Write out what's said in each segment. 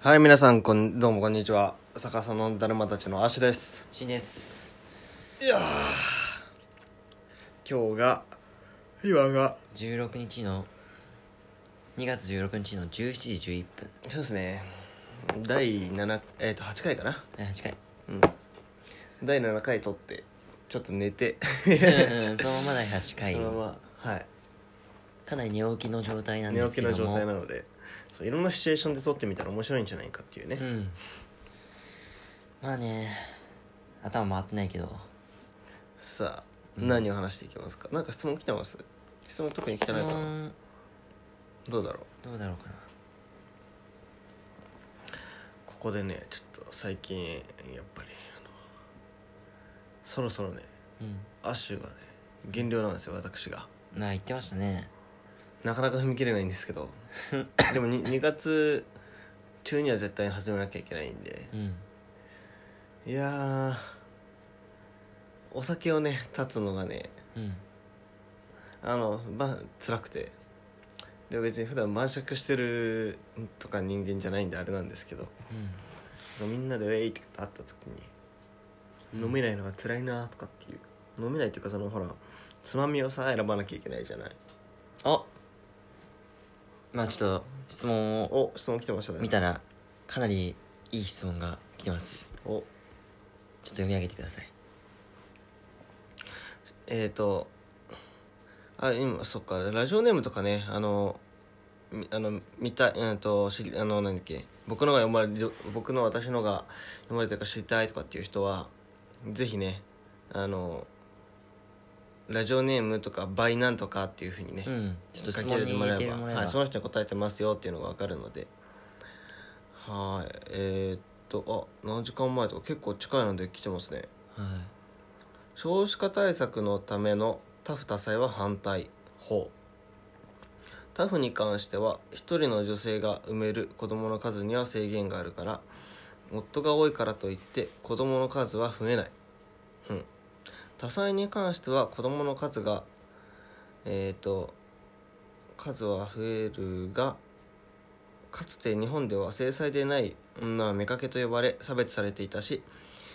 はい皆さんこんどうもこんにちは逆さのだるまたちのアシュですしんです今日が今が16日の2月16日の17時11分そうですね第7えっ、と8回かなえ8回 うん第7回撮ってちょっと寝 てうんそのままだ8回そのままはいかなり寝起きの状態なん寝で起すきけどのも状態なのでそういろんなシチュエーションで撮ってみたら面白いんじゃないかっていうね、うんまあね頭回ってないけどさあ、うん何を話していきますかなんか質問来てます質問特に来て質ないかな問どうだろうどうだろうかなここでねちょっと最近やっぱりあのそろそろねうんアッシュがね減量なんですよ私がなあ言ってましたねなかなか踏み切れないんですけどでも 2, 月中には絶対に始めなきゃいけないんでうんいやーお酒をね断つのがねうんあのまあ辛くてで別に普段晩酌してるとか人間じゃないんであれなんですけどみんなでウェイって会った時に飲めないのが辛いなとかっていう飲めないっていうかそのほらつまみをさ選ばなきゃいけないじゃないあまあちょっと質問おを質問来てましたね見たらかなりいい質問が来てますおちょっと読み上げてくださいえっ、ー、とあ今そっかラジオネームとかねあのみあの見たいうんと知りあの何だっけ僕のが読まれる僕の私のが読まれてるか知りたいとかっていう人はぜひねあのラジオネームとか倍なんとかっていうふうにね、うんちょっと質書問きに入入れれててももららえばえば、はい、その人に答えてますよっていうのが分かるのではいえー、っとあ何時間前とか結構近いので来てますねはい少子化対策のためのタフ多妻は反対法タフに関しては一人の女性が産める子供の数には制限があるから夫が多いからといって子供の数は増えない、うん、多妻に関しては子供の数がえっ、と数は増えるがかつて日本では制裁でない女は妾と呼ばれ差別されていたし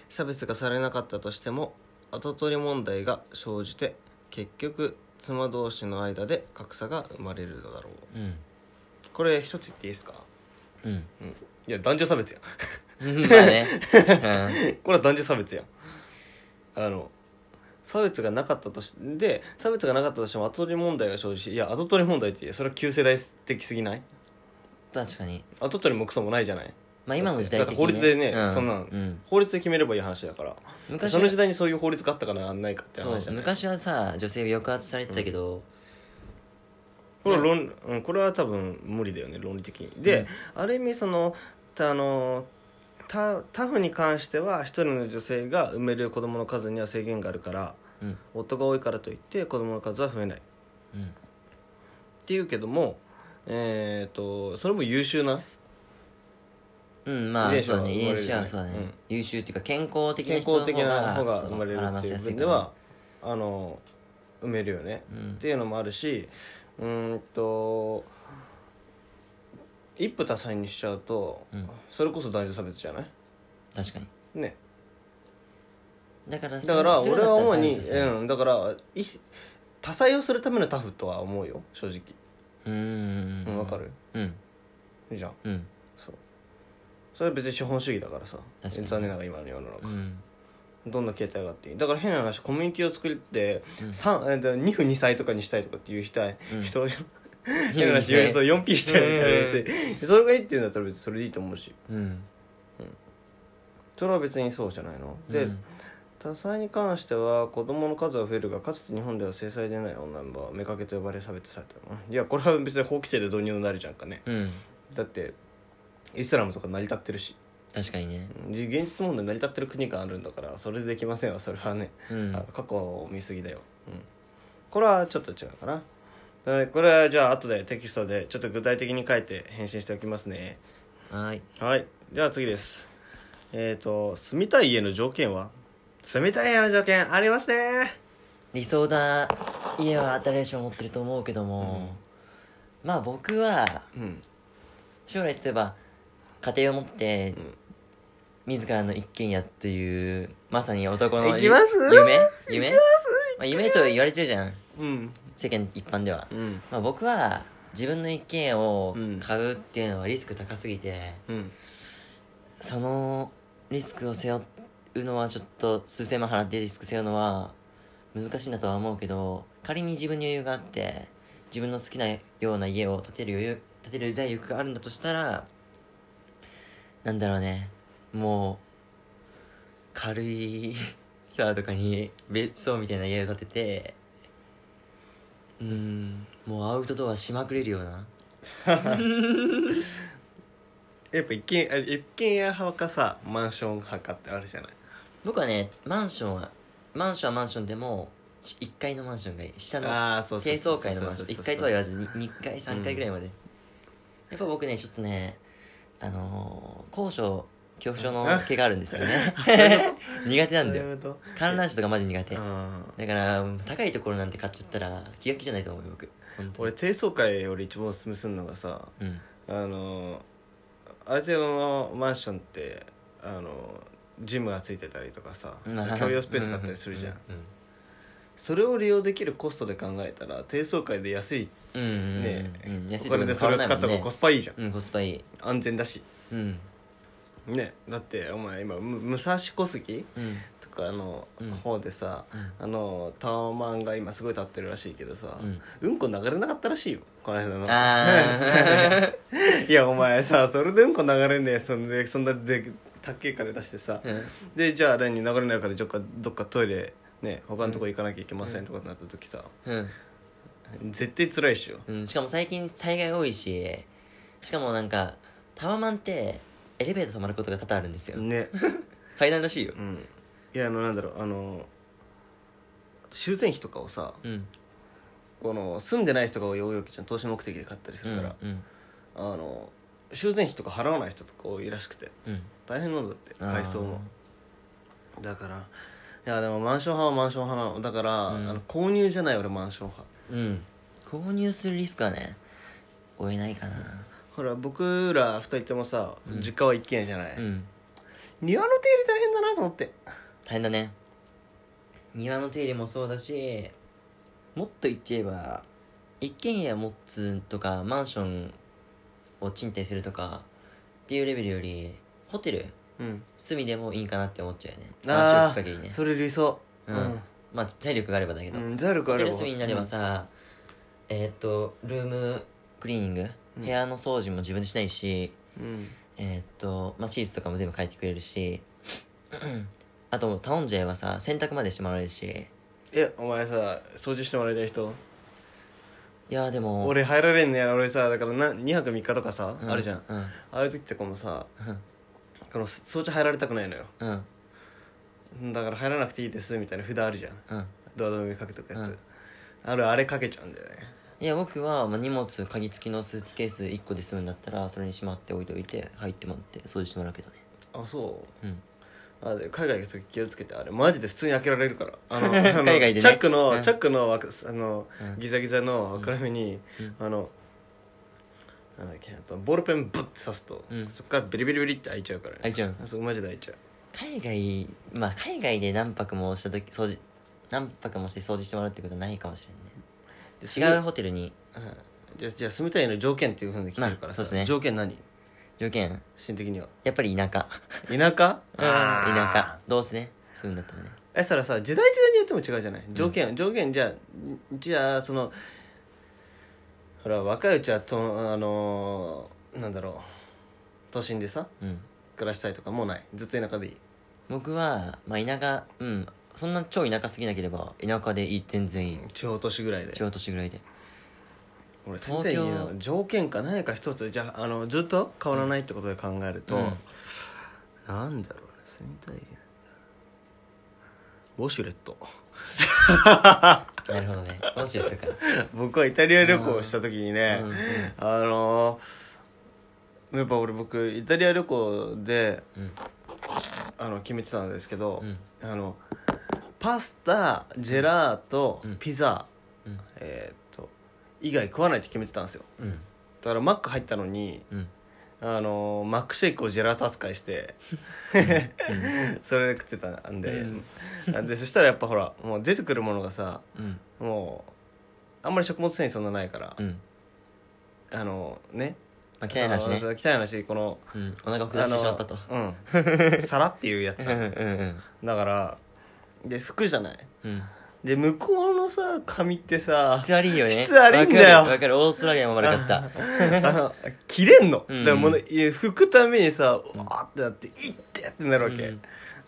差別がされなかったとしても後取り問題が生じて結局妻同士の間で格差が生まれるのだろううんこれ一つ言っていいですかうんいや男女差別やまあね、 うんこれは男女差別やあの差別がなかったとしで差別がなかったとしても後取り問題が生じしいや後取り問題ってそれは旧世代的すぎない確かに後取りもクソもないじゃないまあ今の時代だって法律でねそんなうのん、法律で決めればいい話だから昔そはの時代にそういう法律があったかなないかってそ話じうゃない昔はさ女性を抑圧されてたけど、これは論、うん、これは多分無理だよね論理的にで、ある意味そのたあのタタフに関しては一人の女性が産める子供の数には制限があるからうん夫が多いからといって子供の数は増えないっうんていうけどもえっ、とそれも優秀なうん、ま遺伝あ子そうはだね遺伝子は生そうまれるだよねうね、ん優秀っていうか健康的な健人康の方が的な方がそう生まれるっていう絡ませやす分かでらはあの産めるよねうんっていうのもあるしうーんと一夫多妻にしちゃうと、うんそれこそ男女差別じゃない確かにねだからだからそれ俺は主そにれだったら大事ですねうんだからい多彩をするためのタフとは思うよ正直うんううんんわかるうんいいじゃんうんそうそれは別に資本主義だからさ確かに残念ながら今の世の中う、んどんな形態があっていいだから変な話コミュニティを作って、うん三え2分2歳とかにしたいとかっていう人は、うん人を変な話そう 4P したいとか別にそれがいいっていうんだったら別にそれでいいと思うしうんそれは別にそうじゃないの、でうん多妻に関しては子供の数は増えるがかつて日本では制裁でない女は妾と呼ばれ差別されたのいやこれは別に法規制で導入になるじゃんかねうんだってイスラムとか成り立ってるし確かにねで現実問題成り立ってる国があるんだからそれでできませんわそれはね、うんあの過去を見過ぎだよ、うん、これはちょっと違うかなだからこれはじゃあ後でテキストでちょっと具体的に書いて返信しておきますねはーいはいでは次ですえっ、と住みたい家の条件は住みたい家の条件ありますね理想な家は誰しも持ってると思うけども、まあ僕はうん将来例えば家庭を持って、自らの一軒家というまさに男の行きます夢夢行きますまあ、夢と言われてるじゃんうん世間一般では、うんまあ、僕は自分の一軒家をうん買うっていうのはリスク高すぎて、うんそのリスクを背負うのはちょっと数千万払ってリスク背負うのは難しいなとは思うけど仮に自分に余裕があって自分の好きなような家を建てる余裕建てる財力があるんだとしたらなんだろうねもう軽いツアーとかに別荘みたいな家を建ててうーんもうアウトドアしまくれるようなやっぱ一軒あ一軒家派かさマンション派かってあるじゃない僕はねマンションはマンションはマンションでも1階のマンションがいい下のああそうそう低そ層うそう階のマンション1階とは言わずに2階3階ぐらいまで、やっぱ僕ねちょっとねあのー、高所恐怖症の毛があるんですよね苦手なんだそういようこと観覧車とかマジ苦手だあーから高いところなんて買っちゃったら気が気じゃないと思うよ僕本当俺に低層階より一番おすすめするのがさうんあのある程度のマンションってあのジムがついてたりとかさ 共用スペースがあったりするじゃん、それを利用できるコストで考えたら低層階で安いうんうんうんうんねうんお安いとこ金ろででそれ買を使わった方がないもんねコスパいいじゃん、うんコスパいい安全だしうんねだってお前今む武蔵小杉うんとかのうん方でさ、うんあのタワマンが今すごい立ってるらしいけどさ、うんうん、こ流れなかったらしいよこの間のあ いやお前さそれでうんこ流れねえそんでそんなで高い金出してさ、 うんでじゃあ何に流れないからどっかどっかトイレね他のとこ行かなきゃいけませんとかってなった時さ、うん絶対辛いっしょうん、しかも最近災害多いししかもなんかタワマンってエレベーター止まることが多々あるんですよ、 ね階段らしいようんいやあのなんだろうあの修繕費とかをさうんこの住んでない人が多いわけじゃん投資目的で買ったりすうるんから、うんあの修繕費とか払わない人とか多いらしくてうん大変なんだってあー改装もだからいやでもマンション派はマンション派なのだから、うんあの購入じゃない俺マンション派うん購入するリスクはね負えないかなほら僕ら二人ともさ、実家は一軒家じゃない、うん庭の手入れ大変だなと思って大変だね庭の手入れもそうだしもっと言っちゃえば一軒家持つとかマンションを賃貸するとかっていうレベルよりホテルうん住みでもいいかなって思っちゃうよねあーマンション行く限りねそれ理想うん、まあ体力があればだけど、うんザルかホらテル住みになればさ、えーっとルームクリーニングうん部屋の掃除も自分でしないし、うんえーっと、まあ、シーツとかも全部変えてくれるし あと頼んじゃえばさ洗濯までしてもらえるしえお前さ掃除してもらいたい人いやーでも俺入られんねや俺さだからな2泊3日とかさ、うあるじゃんうんああいう時とかもさうんこの掃除入られたくないのようんだから入らなくていいですみたいな札あるじゃんうんドア止めにかけとくやつ、うんあれあれかけちゃうんだよねいや僕は、まあ、荷物鍵付きのスーツケース1個で済むんだったらそれにしまって置いておいて入ってもらって掃除してもらうけどねあそうんうあで海外行く時気をつけてあれマジで普通に開けられる からあのあの海外でねチャックうのんチャックのわかあの、うんギザギザの暗めに、うんあのなんだっけあとボールペンブッて刺すと、うんそっからビリビリビリって開いちゃうからね開いちゃうあそうマジで開いちゃう海外まあ海外で何泊もした時掃除何泊もして掃除してもらうってことはないかもしれんね違うホテルにうんじゃあじゃあ住みたいの条件っていうふうに聞いてるからさ、まあそうですね条件何条件心的にはやっぱり 田舎田舎田舎どうせね住むんだったらねえそれさ時代時代によっても違うじゃない条件、条件じゃあじゃあそのほら若いうちはとあのーなんだろう都心でさうん暮らしたいとかもうないずっと田舎でいい僕はまあ田舎うんそんな超田舎すぎなければ田舎でいい全然いい地方都市ぐらいで地方都市ぐらいで俺住みたい家の東京条件か何か一つじゃああのずっと変わらないってことで考えると、うんなんだろうね住みたい家ウォシュレットなるほどねどうしようとか 僕はイタリア旅行をした時にね、うんうんあのーやっぱ俺僕イタリア旅行でうんあの決めてたんですけど、うんあのパスタジェラート、うんピザ、うんえーっと以外食わないって決めてたんですようんだからマック入ったのにうんあのーマックシェイクをジェラート扱いして、 それで食ってたんで、なんでそしたらやっぱほらもう出てくるものがさうんもうあんまり食物繊維そんなないから、うんあのーねまあ嫌いな話あねの汚い話このうんお腹を下してしまったとあのうん皿っていうやつうんだうんうんだからで服じゃないうんで向こうのさ髪ってさ質悪いよね質悪いんだよわかるわかるオーストラリアも悪かったあの切れんの、うんでもいや拭くためにさうわーってなって「いって!」ってなるわけ、うん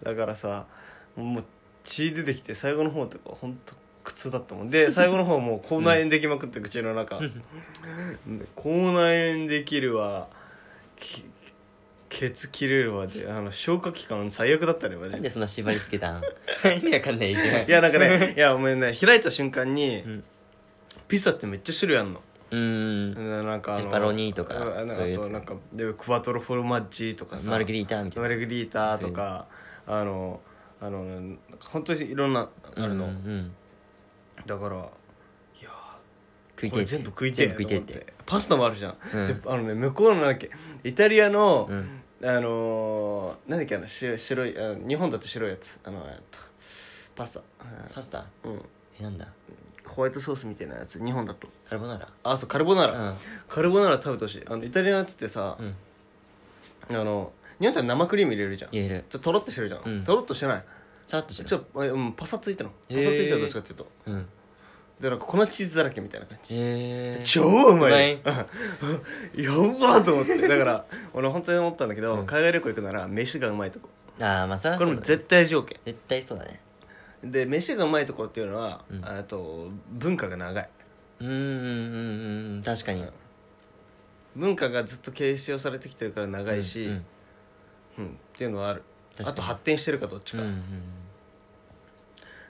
だからさもう血出てきて最後の方とかほんと苦痛だったもんで最後の方もう口内炎できまくって口の中で口内炎できるわきケツ切れるわであの消化器官最悪だったねマなジんででそんな縛りつけた ん意味わかん ないじゃんいやなんかねいやお前ね開いた瞬間に、うんピザってめっちゃ種類あんのうんななんかあのペパロニとかあなんそういうやつあとなんかでクワトロフォルマッジとかさマルゲリータみたいマなルゲリータとかあのあの本当にいろんなあるの、うんうんだからいや食いこてれえ全部食いてえ全部食いてえっと思てってパスタもあるじゃん、うんであのね向こうのなんだっけイタリアの、うんあのー、なんだっけあのし白いあ日本だと白いやつあのえっとパスパスタタ、うん、えなんだホワイトソースみたいなやつ日本だとカルボナーラあそうカルボナーラ、うんカルボナーラ食べてほしいあのイタリアのやつってさ、うんあの日本って生クリーム入れるじゃんちょ言えるっととろっとしてるじゃん、うんとろっとしてないさらっとしてるちょっと、うん、パサついたのパサつへいーたのどっちかっていうとうんでなんか粉チーズだらけみたいな感じへえ超うまいうや ばーと思ってだから俺本当に思ったんだけど、海外旅行行くなら飯がうまいとこああまあそれはこそれうもだね絶対条件絶対そうだねで飯がうまいところっていうのは、うんあと文化が長いうーんうんうんうん確かに文化がずっと継承されてきてるから長いし、ううんんっていうのはある確かにあと発展してるかどっちうんか、うんうん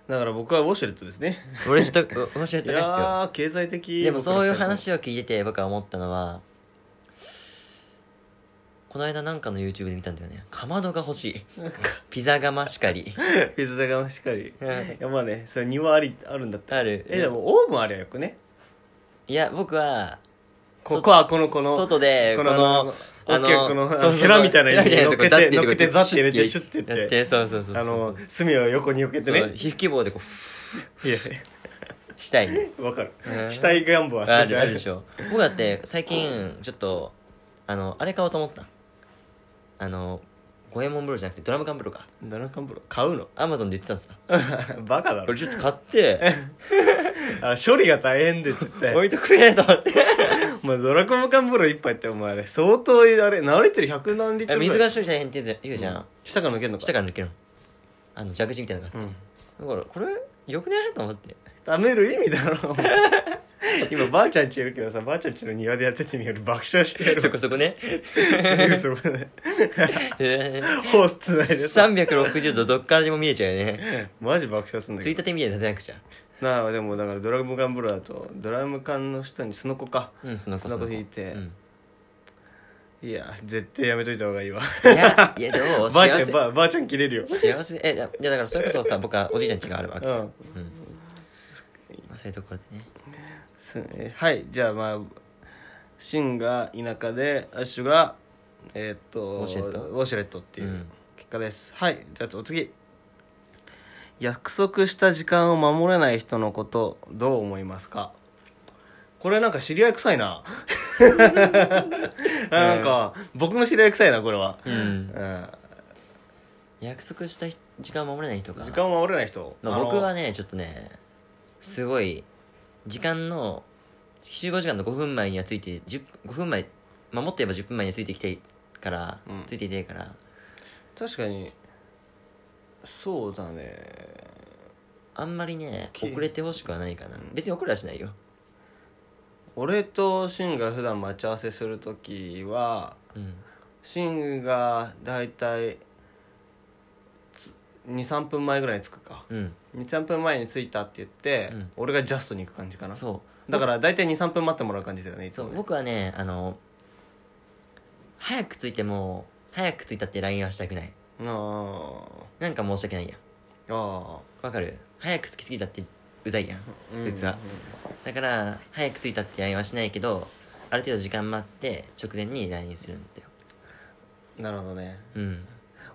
だから僕はウォシュレットですね 俺ちょっと面白いいとですよやー経済的でもそういう話を聞いてて僕は思ったのはこの間なんかの YouTube で見たんだよねかまどが欲しいピザ窯しかり ピザがしっかりはいいやまあねそれ庭ありあるんだってあるえでもオーブンありゃよくねいや僕はここはこのこの外でここののあの大きいこのヘラみたいなのに乗っけてザッて入れてシュッてやってやってそうそうそうそあうの炭を横に避けてそうね皮膚希望でこいやうしたいねわかるうん死体願望はあじるあるでしょ僕だって最近ちょっとあのあれ買おうと思ったあの五右衛門風呂じゃなくてドラム缶風呂かドラカンブロ買う のアマゾンで言ってたんですよバカだころれちょっと買って あ処理が大変で絶対置いとくれと思ってお前ドラコンカンブロ一杯ってお前あれ相当あれ慣れてる100何リットルぐらえい水が処理大変って言うじゃん、下から抜けんのか下から抜けるのあの蛇口みたいなのがあっうんて、だからこれよくねと思って貯める意味だろ 今ばあちゃんちいるけどさばあちゃんちの庭でやっててみよる爆笑してやるそこそこねそこでえー ホースつないでさ360度どっからでも見えちゃうよねマジ爆笑すんだついけどたてみたいに立てなくちゃなあでもだからドラム缶ブロだとドラム缶の下にスノコかうんその子スノコその子引いてうんいや絶対やめといた方がいいわいやいやでもばあち幸ゃんせばあばあちゃん切れるよ幸せえいやいやだからそれこ そさ僕はおじいちゃん家があるわけじゃん、うんうんまあ、そういうところでねすえはいじゃあまあシンが田舎でアッシュがえーっとウォシュレットウォシュレットっていううん結果です、はいじゃあお次約束した時間を守れない人のことどう思いますかこれなんか知り合い臭い なあなんか僕の知り合い臭いなこれは、うんうん約束したひ時間を守れない人が時間を守れない人まあ僕はねちょっとねすごい時間の集合時間の5分前にはついて10 5分前守って言えば10分前にはついてきてから、うんついていてから確かにそうだねあんまりねき遅れてほしくはないかな別に遅れはしないよ俺とシンが普段待ち合わせする時はうんシンがだいたい23分前ぐらいに着くかうん23分前に着いたって言って、うん俺がジャストに行く感じかなそうだから大体23分待ってもらう感じだよねいつそもうね僕はねあの早く着いても早く着いたって LINE はしたくないあなんか申し訳ないやんーあわかる早く着きすぎたってうざいやんーそいつはだから早く着いたって LINE はしないけどある程度時間待って直前に LINE するんだよなるほどねうん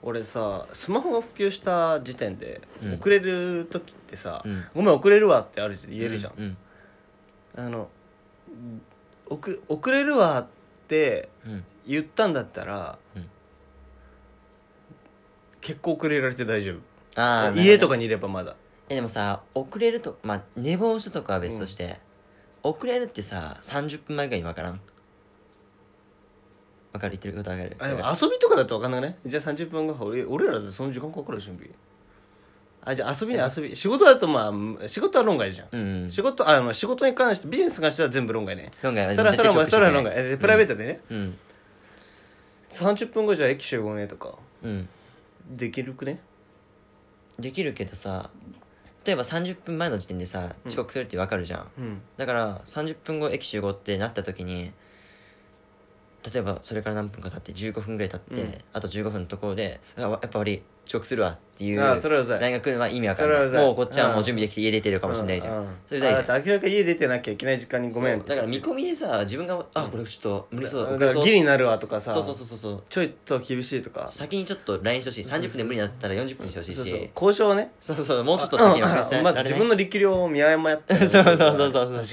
俺さスマホが普及した時点で、うん遅れる時ってさ、うんごめん遅れるわ」ってあるじ言えるじゃん、うんあのおく遅れるわってうん言ったんだったら、うん結構遅れられて大丈ああ夫家かとかにいればまだえでもさ遅れるとまあ寝坊したとかは別として、遅れるってさ30分前ぐらいに分からん分かる言ってること分かるあでも遊びとかだと分かんなくないじゃあ30分後俺俺らだとその時間かかるよ準備あじゃあ遊びね遊び仕事だとまあ仕事は論外じゃん、うんうん仕事あまあ仕事に関してビジネスに関しては全部論外ね論外はそれはそれは絶ま対あそれは直論視し外ないえプライベートでね、うん30分後じゃあ駅集合ねとかうんできるくねできるけどさ例えば30分前の時点でさ遅刻するって分かるじゃん、うんだから30分後駅集合ってなった時に例えばそれから何分か経って15分ぐらい経って、うんあと15分のところであやっぱ俺遅刻するわっていうああそれはうざい LINE が来るのは意味わかそれはんうなざいいもうこっちはもううん準備できて家出てるかもしれないじゃん、ううそれうざいじゃんあだって明らかに家出てなきゃいけない時間にごめんそうだから見込みでさ自分があこれちょっと無理そうだだ遅かれらそうギリになるわとかさそうそうそうそうそうちょいと厳しいとか先にちょっと LINE してほしい30分で無理だったら40分にしてほしいしそうそう交渉をねそうそうもうちょっと先の話う せんまず自分のの力量を見誤やって そうそうそうそうそう確かに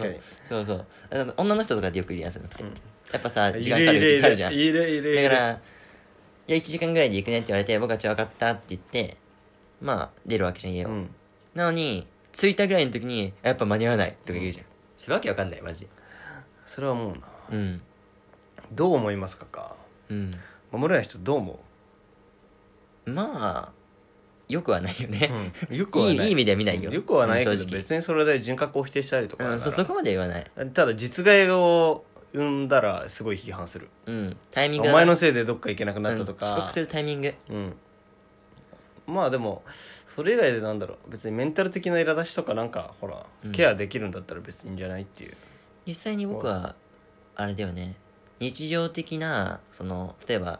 そうそうあの女の人とかでよくいるやつだって、うんやっぱさ時間いかるかるいかるかるいじゃんるいるいるいだるから「いや1時間ぐらいで行くね」って言われて「僕はちょ分かった」って言ってまあ出るわけじゃん家を、うんなのに着いたぐらいの時に「やっぱ間に合わない」とか言うじゃん、それわけわかんないマジでそれはもうなうんどう思いますかかうん守れない人どう思まあよくはないよね、うよくはないいいい意味では見ないよよくはないけ正ど直別にそれで人格を否定したりとかうはん、そそこまでは言わないただ実害を生んだらすごい批判するうんタイミンおグが前のせいでどっか行けなくなったとか、うん遅刻するタイミングうんまあでもそれ以外でなんだろう別にメンタル的な苛立ちとかなんかほら、うんケアできるんだったら別にいいんじゃないっていう実際に僕はあれだよね日常的なその例えば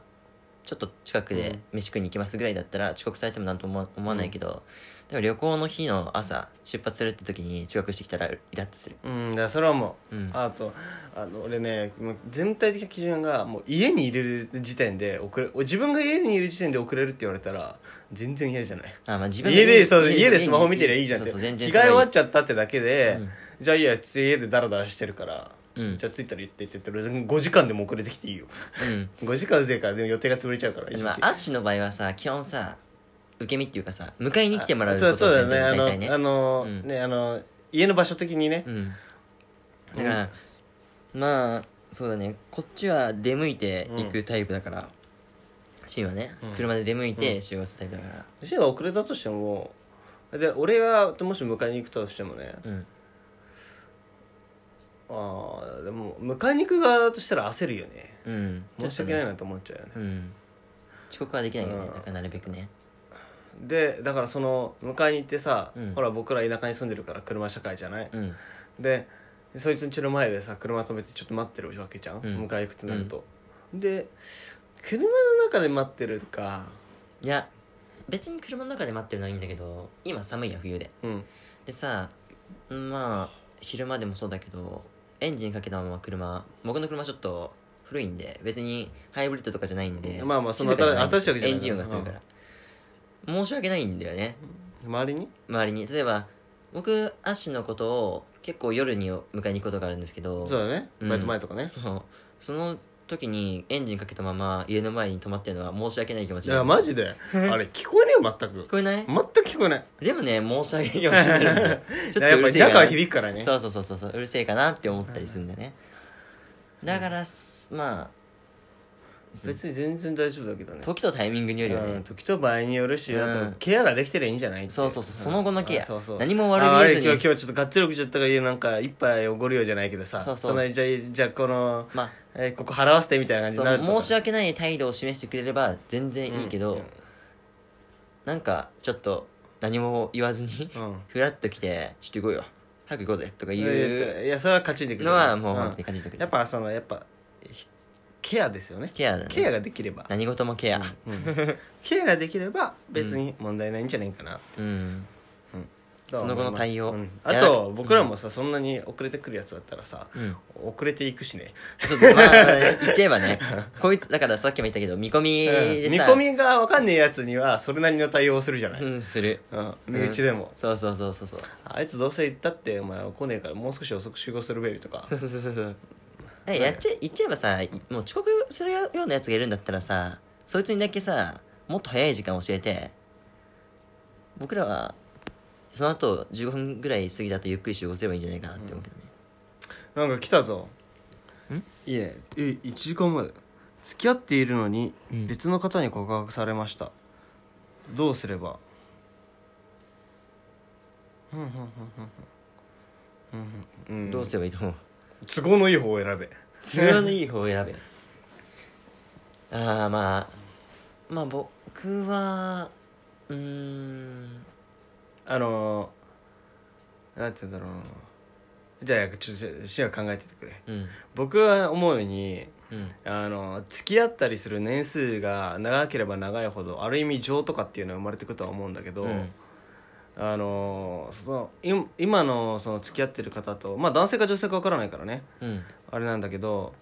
ちょっと近くで飯食いに行きますぐらいだったら遅刻されてもなんとも思わ思わないけど、でも旅行の日の朝出発するって時に遅刻してきたらイラッとするうんだからそれはもう、うんあとあの俺ねもう全体的な基準がもう家にいる時点で遅れ自分が家にいる時点で遅れるって言われたら全然嫌じゃないあ、まあ、自分の家でそう家でスマホ見てりゃいいじゃんってそうそ着う全替然えそれ終わはっちゃったってだけで、うんじゃあいいやつって家でダラダラしてるから、うんじゃあ着いたら言ってって言って俺5時間でも遅れてきていいよいいうん5時間うぜえからでも予定が潰れちゃうから一日まあアッシュの場合はさ基本さ受け身っていうかさ迎えに来てもらうこそうとそうだよねあ大の体ねあの、うんねあの家の場所的にね、うんだから、まあそうだねこっちは出向いていくタイプだから、シンはね、うん車で出向いて集合するタイプだからシェが遅れたとしてもで俺がもし迎えに行くとしてもねうんああでも迎えに行く側だとしたら焦るよねうん申し訳ないなと思っちゃうよねうん遅刻はできないよねうんだからなるべくねでだからその迎えに行ってさ、うんほら僕ら田舎に住んでるから車社会じゃない、うんでそいつん家の前でさ車止めてちょっと待ってるわけじゃん、う迎んえ行くってなると、で車の中で待ってるかいや別に車の中で待ってるのはいいんだけど今寒いや冬でうんでさまあ昼間でもそうだけどエンジンかけたまま車僕の車ちょっと古いんで別にハイブリッドとかじゃないんでまあまあその静かじゃないんで新しいわけじゃないエンジン音がするから、申し訳ないんだよね周りに周りに例えば僕アッシュのことを結構夜に迎えに行くことがあるんですけどそうだねうんバイト前とかね、そうその時にエンジンかけたまま家の前に止まってるのは申し訳ない気持ちいやマジでであれ聞こえねえよ全く聞こえない全く聞こえないでもね申し訳ない気持ちになるん だよちょっやとっぱうるりせえか中なは響くからねそうそうそうそうそううるせえかなって思ったりするんだよねだからすま別に全然大丈夫だけどあね時とタイミングによるようねん時と場合によるし、うんあとケアができてりゃいいんじゃないっていそうそうそうその後のケアあそうそう何もあ悪悪いいず今日に今日ちょっとがっつり起きちゃったからなんか一杯おごるよじゃないけどさそうそうのじゃあじゃあこの、まあえーここ払わせてみたいな感じそになるの申し訳ない態度を示してくれれば全然いいけど、なんかちょっと何も言わずに、うんふらっと来て「ちょっと行こうよ早く行こうぜ」とか言ういやそれは勝ちにできるのはもう本当にん感じてくれる、やっぱそのやっぱひケアですよねケアだねケアができれば、何事もケアうんケアができれば別に問題ないんじゃないかな、うん、とはその後の対応思いますいうんあやと僕らもさそんなに遅れてくるやつだったらさうん遅れていくしねそうまあね言っちゃえ ばねこいつだからさっきも言ったけど見込みうんで見さ、込みが分かんねえやつにはそれなりの対応をするじゃないうんするうん身内でもそうそうそうそうそうあいつどうせ行ったってお前は来ねえからもう少し遅く集合するべりとかそうそうそうそうえやっちゃ言っちゃえばさもう遅刻するようなやつがいるんだったらさそいつにだけさもっと早い時間教えて僕らはその後15分ぐらい過ぎだとゆっくり集合すればいいんじゃないかなって思うけどね、なんか来たぞんいいねえ1時間前付き合っているのにうん別の方に告白されました、どうすればふんふんふんふんふんふんふんうんどうすればいいと 思う都合のいい方を選べ都合のいい方を選べああまあまあ僕はうーんあのー、なんて言うんだろうなじゃあちょっとしは考えててくれうん僕は思うにうんあの付き合ったりする年数が長ければ長いほどある意味情とかっていうのは生まれてくるとは思うんだけど、うんあのそのい今のその付き合ってる方とまあ男性か女性かわからないからねうんあれなんだけど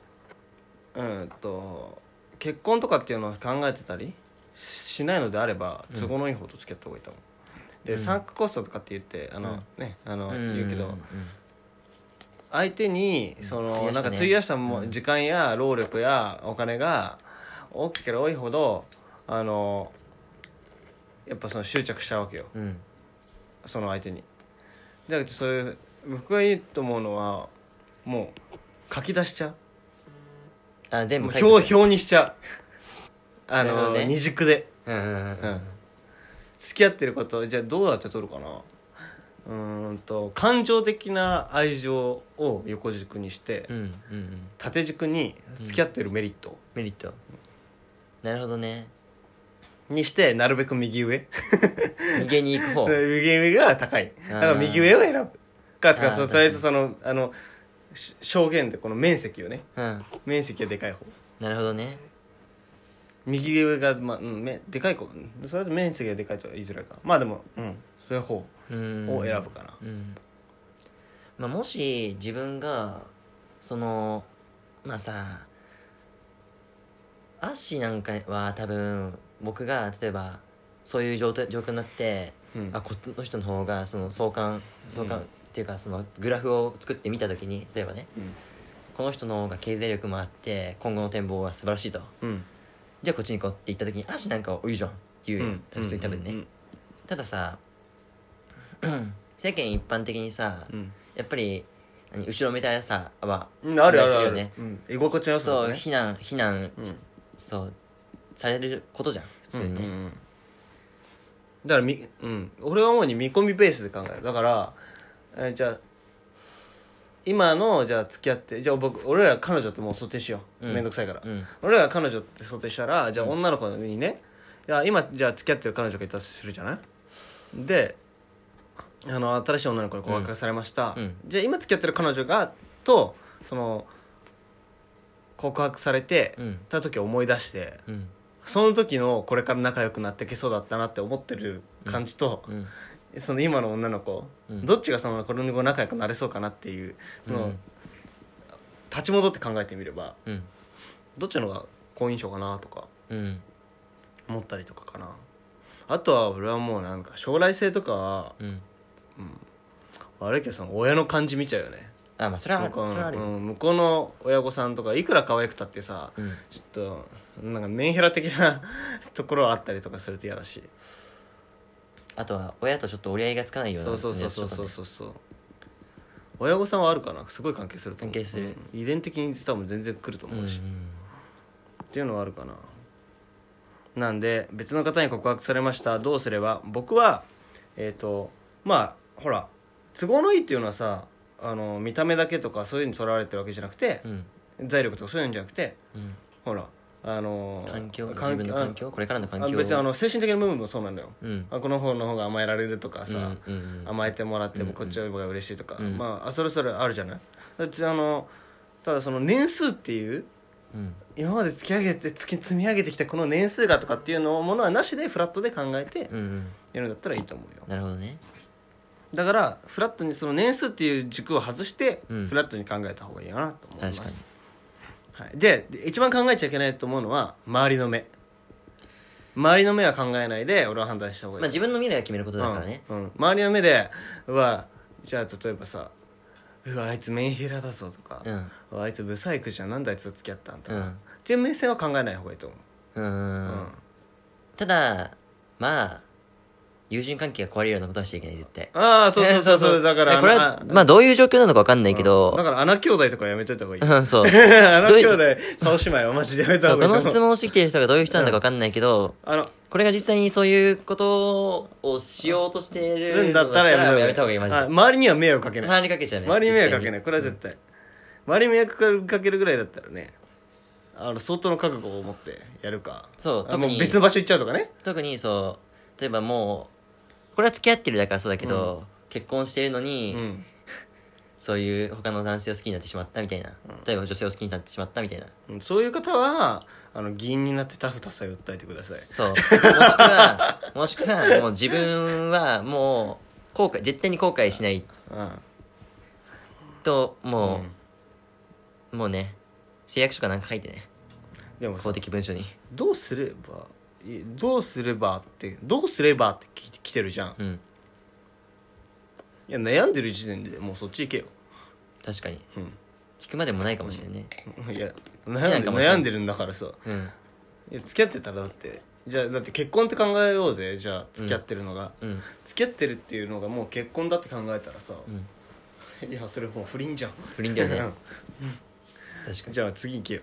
うんと結婚とかっていうのを考えてたりしないのであればうん都合のいい方と付き合った方がいいと思う、で、うんサンクコストとかって言ってあの、ねあの、ん言うけど、ん相手にうんその、費やしなたねんか費やしたもうん時間や労力やお金が大きければ多いほどあのやっぱその執着しちゃうわけようんその相手にだけどそういう僕がいいと思うのはもう書き出しちゃあう全も部う書い表てくれ表にしちゃうあなるほの、どね二軸でうんうんううんん付き合ってることじゃあどうやって取るかなうーんと感情的な愛情を横軸にして、うんうんうん縦軸に付き合ってるメリットメリットなるほどねにしてなるべく右上右に 行く方右上が高いだから右上を選ぶかとかあーそのとりあえずそのあのし証言でこの面積をねうん面積がでかい方なるほどね右上が、まあうん、めでかい子うんそれと面積がでかいとは言いづらいかまあでもうんそういう方をうん選ぶかな、うんまあ、もし自分がそのまあさアッシーなんかは多分僕が例えばそういう状態状況になって、うんあこの人の方がその相関相関、うんっていうかそのグラフを作ってみた時に例えばねうんこの人の方が経済力もあって今後の展望は素晴らしいとうんじゃあこっちに行こうって言った時にアッシーなんかは「おいいじゃん」っていうう、ん普通に多分ね、うんたださ世間一般的にさ、うんやっぱり何後ろめたさはうんあるある存在すあるるよねうん、居心地の良さそとうかね非難非難、うんそうされることじゃん普通にね、うんうんうんだからみ、うん、俺は主に見込みベースで考えるだから、えーじゃあ今のじゃあ付き合ってじゃあ僕俺ら彼女ってもう想定しよううん面倒、くさいから、うん俺らが彼女って想定したらじゃあうん女の子にね、いや今じゃあ付き合ってる彼女がいたとするじゃないであの新しい女の子に告白されました、うんうんじゃあ今付き合ってる彼女がとその告白されて、うんた時を思い出してうんその時のこれから仲良くなってけそうだったなって思ってる感じと、うんその今の女の子、うんどっちがそのこれに仲良くなれそうかなっていうその、うん立ち戻って考えてみればうんどっちの方が好印象かなとかうん思ったりとかかなあとは俺はもうなんか将来性とかはうん悪いけどその親の感じ見ちゃうよねあまあそれはあ向るこうそれはのあるようん向こうの親御さんとかいくら可愛くたってさうん、ちょっとなんかメンヘラ的なところはあったりとかすると嫌だしあとは親とちょっと折り合いがつかないようなそうそうそうそうやそつとうかねそうそう親御さんはあるかなすごい関係すると思う関係するうん遺伝的に多分全然来るとうん思うし、っんていうのはあるかななんで別の方に告白されましたどうすれば僕はえっ、とまあほら都合のいいっていうのはさあの見た目だけとかそういうのにとらわれてるわけじゃなくてう、ん財力とかそういうんじゃなくてうんほらあの環境自分の環境これからの環あ境別にあの精神的な部分もそうなのよ、うんあこの方の方が甘えられるとかさ、うんうんうん甘えてもらってうんうもんこっちの方が嬉しいとか、うんまああそれぞれあるじゃないうちあのただその年数っていううん今まで突き上げて突き積み上げてきたこの年数がとかっていうのものはなしでフラットで考えてうんうんやるんだったらいいと思うよ、なるほどねだからフラットにその年数っていう軸を外して、うんフラットに考えた方がいいかなと思います確かにはい、で一番考えちゃいけないと思うのは周りの目周りの目は考えないで俺は判断した方がいいまあ、自分の未来を決めることだからね、うんうん周りの目ではじゃあ例えばさ「うわあいつメンヘラだぞ」とかうんうわあいつブサイクじゃんなんであいつと付き合ったん?」とか、うんっていう目線は考えない方がいいと思うんうんう、ううんんただまあ友人関係が壊れるようなことはしちゃいけない絶対ああそうそう そうそうだからえこれはあのまあどういう状況なのか分かんないけうんだど、から穴兄弟とかやめといた方がいいうん、 そう穴どうい兄弟三姉妹はマジでやめた方そうがいいと思このう質問をしてきてる人がどういう人なんだか分かんないけど、あのこれが実際にそういうことをしようとしてるうんのだったらややめた方がいいマジあで周りには迷惑かけない周りにかけちゃうね周りに迷惑かけないいこれは絶対、周りに迷惑かけるぐらいだったらねあの相当の覚悟を持ってやるかそうあ特にもう別の場所行っちゃうとかね特にそう例えばもうこれは付き合ってるだからそうだけど、結婚してるのうに、んそういう他の男性を好きになってしまったみたいな、例えば女性を好きになってしまったみたいなうんそういう方はあの議員になってタフタフさえ訴えてくださいそうもしくは もしくはもう自分はもう後悔絶対に後悔しないうんとうもんう、もうね誓約書かなんか書いてねでも公的文書にどうすればいどうすればってどうすればってき来てるじゃんうんいや悩んでる時点でもうそっち行けよ確かにうん聞くまでもないかもしれないねいやき悩なんんでかもしれん悩んでるんだからさうんいや付き合ってたらだってじゃあだって結婚って考えようぜじゃあ付き合ってるのが、うん付き合ってるっていうのがもう結婚だって考えたらさ、うんいやそれもう不倫じゃん不倫だよね確か うんに、じゃあ次行けよ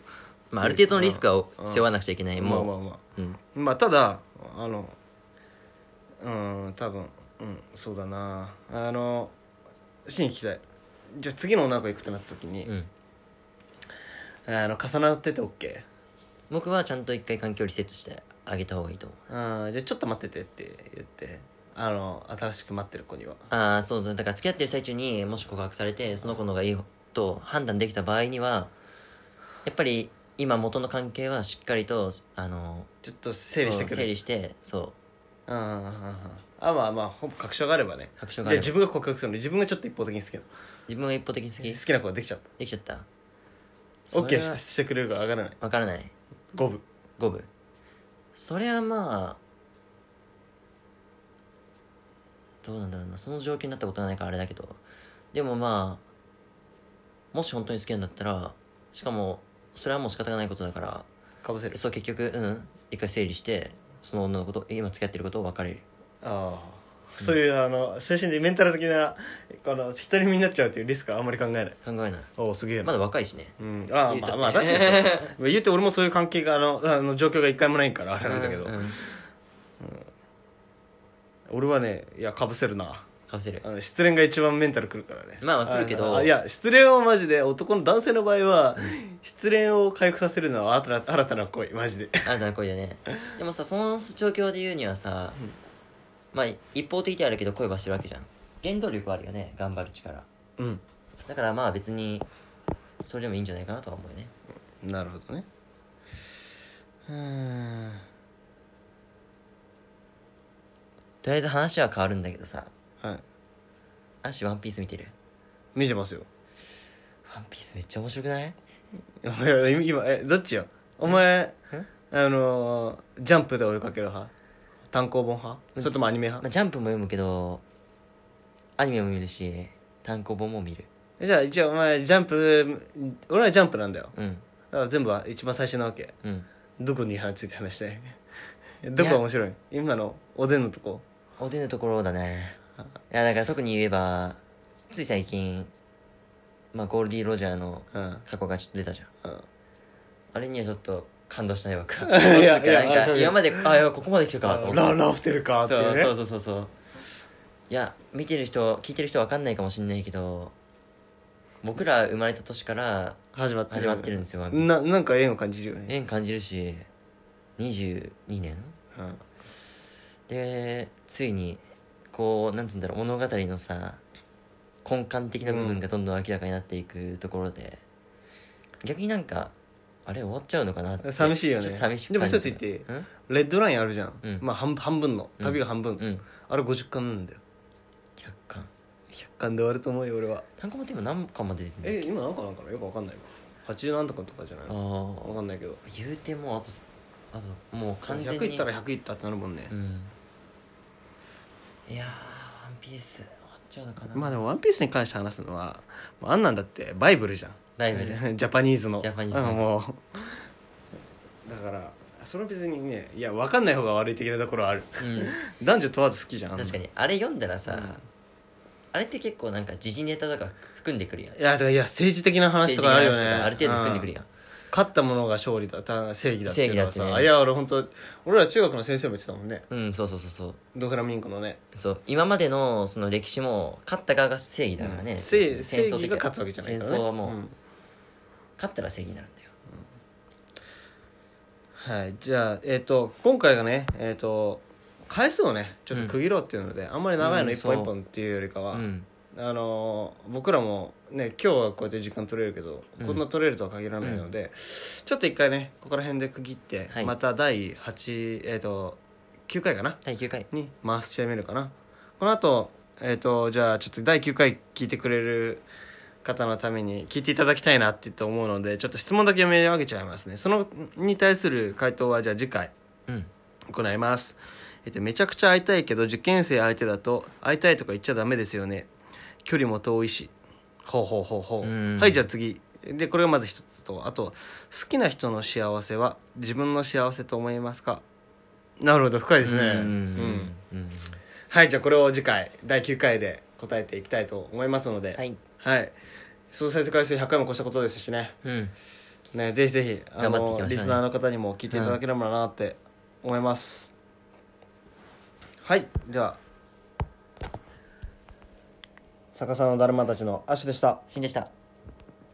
まあ、ある程度のリスクは背負わなくちゃいけない、まあまもあまあう、うん、まあただあのうん多分うんそうだなあのシーン聞きたいじゃあ次の女の子行くってなった時に、うん、あの重なってて OK 僕はちゃんと一回環境リセットしてあげた方がいいと思うあーじゃあちょっと待っててって言ってあの新しく待ってる子にはああそうだだから付き合ってる最中にもし告白されてその子の方がいいと判断できた場合にはやっぱり今元の関係はしっかりとあのちょっと整理してくるそう整理してそううんうんうんうんあまあまあほぼ確証があればね確証でがあれば自分が告白するのに自分がちょっと一方的に好きなの自分が一方的に好き好きな子ができちゃっできちゃったた OK しはてしてくれるか上がらないわからない五分五分それはまあどうなんだろうなその状況になったことはないからあれだけどでもまあもし本当に好きなんだったらしかもそれはもう仕方がないことだからかぶせるそう結局うん一回整理してその女の子と今付き合ってることを別れるああそういうあの精神でメンタル的なあの独り身になっちゃうっていうリスクはあんまり考えない考えないおおすげえなまだ若いしねうん、ああ言うまたっあてまあ確か にそう言うて俺もそういう関係があのあの状況が一回もないからあれなんだけど、うんうん俺はねいやかぶせるなかぶせるあの失恋が一番メンタルくるからねまあまあ来るけどあいや失恋はマジで男の男性の場合は失恋を回復させるのは新たな新たな恋マジであなたの恋だねでもさその状況で言うにはさ、まあ一方的ではあるけど恋はしてるわけじゃん原動力はあるよね頑張る力うんだからまあ別にそれでもいいんじゃないかなとは思うよねなるほどねうーんとりあえず話は変わるんだけどさはいアッシュワンピース見てる見てますよワンピースめっちゃ面白くないいや 今今えどっちよお前えあのージャンプで追いかける派単行本派それともアニメまあ派ジャンプも読むけどアニメも見るし単行本も見るじゃあ一応お前ジャンプ俺はジャンプなんだようんだから全部は一番最初なわけうんどこについて話したいどこが面白い今のおでんのとこおでんのところだねいやだから特に言えばつい最近まあゴールディ・ロジャーのうん過去がちょっと出たじゃんうんあれにはちょっと感動したね僕い やいやなんわかかる今まであいやここまで来たかと思ってララフテルかってそいううねそうそうそうそういや見てる人聞いてる人わかんないかもしんないけど僕ら生まれた年から始まって始まってるんですよななんか縁を感じるよね、縁感じるし22年うん、でついにこうなんて言うんだろう物語のさ根幹的な部分がどんどん明らかになっていくところで、逆になんかあれ終わっちゃうのかなって寂しいよねちょっと寂しくでも感じ一つる言っていいうんレッドラインあるじゃん、うんまあ半半分のうん旅が半分、うんあれ50巻なんだよ客観100巻で終わると思うよ俺は単行本って今何巻まで出てるえ今何かなんかなよくわかんないわ80何とかとかじゃないあのあわかんないけど言うてもうあとすあともう完全100いにったら100いったってなるもんねう、んいやーワンピース終わっちゃうのかなまあでも「ワンピースに関して話すのはまああんなんだってバイブルじゃんバイブルジャパニーズのジャパニーズのうんもうだからそれは別にねいや分かんない方が悪い的なところはあるうん男女問わず好きじゃん確かにあれ読んだらさ、うんあれって結構なんか時事ネタとか含んでくるやんいやだからいや政治的な話とかあるよ政治ねの話とかある程度含んでくるうやん、勝った者が勝利だた正義だっていうのは正義ださ、ってねいや俺本当俺ら中学の先生も言ってたもんねうん、そうそうそうそうドフラミンゴのねそう今までのその歴史も勝った側が正義だからね、うん正正戦争義的が勝つわけじゃないから、ね、戦争はもう、ん勝ったら正義になるんだよはいじゃあえっ、と今回がねえっ、と回数をねちょっと区切ろうっていうので、あんまり長いのうん一本そう一本っていうよりかは、うんあのー僕らもね今日はこうやって時間取れるけど、うんこんな取れるとは限らないので、ちょっと一回ねここら辺で区切って、はいまた第8えっ、と9回かな第9回に回してみるかなこの後えっ、とじゃあちょっと第9回聞いてくれる方のために聞いていただきたいなってと思うのでちょっと質問だけ読み上げちゃいますねそのに対する回答はじゃあ次回うん行います、えっと、めちゃくちゃ会いたいけど受験生相手だと会いたいとか言っちゃダメですよね距離も遠いしほうほうほうほううんはいじゃあ次でこれがまず一つとあと好きな人の幸せは自分の幸せと思いますかなるほど深いですねうんうんうんうんはいじゃあこれを次回第9回で答えていきたいと思いますのでは、いはい総再生回数100回も越したことですしねうんねぜひぜひあ頑張っていのきましょうねリスナーの方にも聞いていただければなって思います、はいでは逆さのだるまたちのアッシュでした死んでした